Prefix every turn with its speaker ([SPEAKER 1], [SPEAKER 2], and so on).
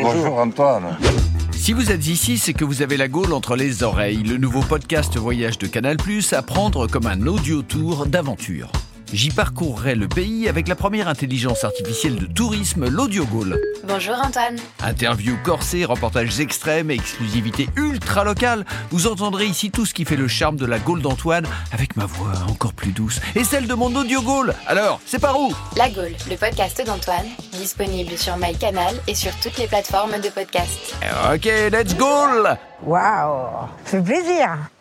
[SPEAKER 1] Bonjour Antoine.
[SPEAKER 2] Si vous êtes ici, c'est que vous avez la gaule entre les oreilles, le nouveau podcast Voyage de Canal Plus à prendre comme un audio tour d'aventure. J'y parcourrai le pays avec la première intelligence artificielle de tourisme, l'Audio Gaule.
[SPEAKER 3] Bonjour Antoine.
[SPEAKER 2] Interviews corsées, reportages extrêmes et exclusivité ultra locale. Vous entendrez ici tout ce qui fait le charme de la Gaule d'Antoine avec ma voix encore plus douce et celle de mon Audio Gaule. Alors, c'est par où
[SPEAKER 3] La Gaule, le podcast d'Antoine, disponible sur MyCanal et sur toutes les plateformes de podcast.
[SPEAKER 2] Ok, Eh, let's go
[SPEAKER 4] Waouh, ça fait plaisir.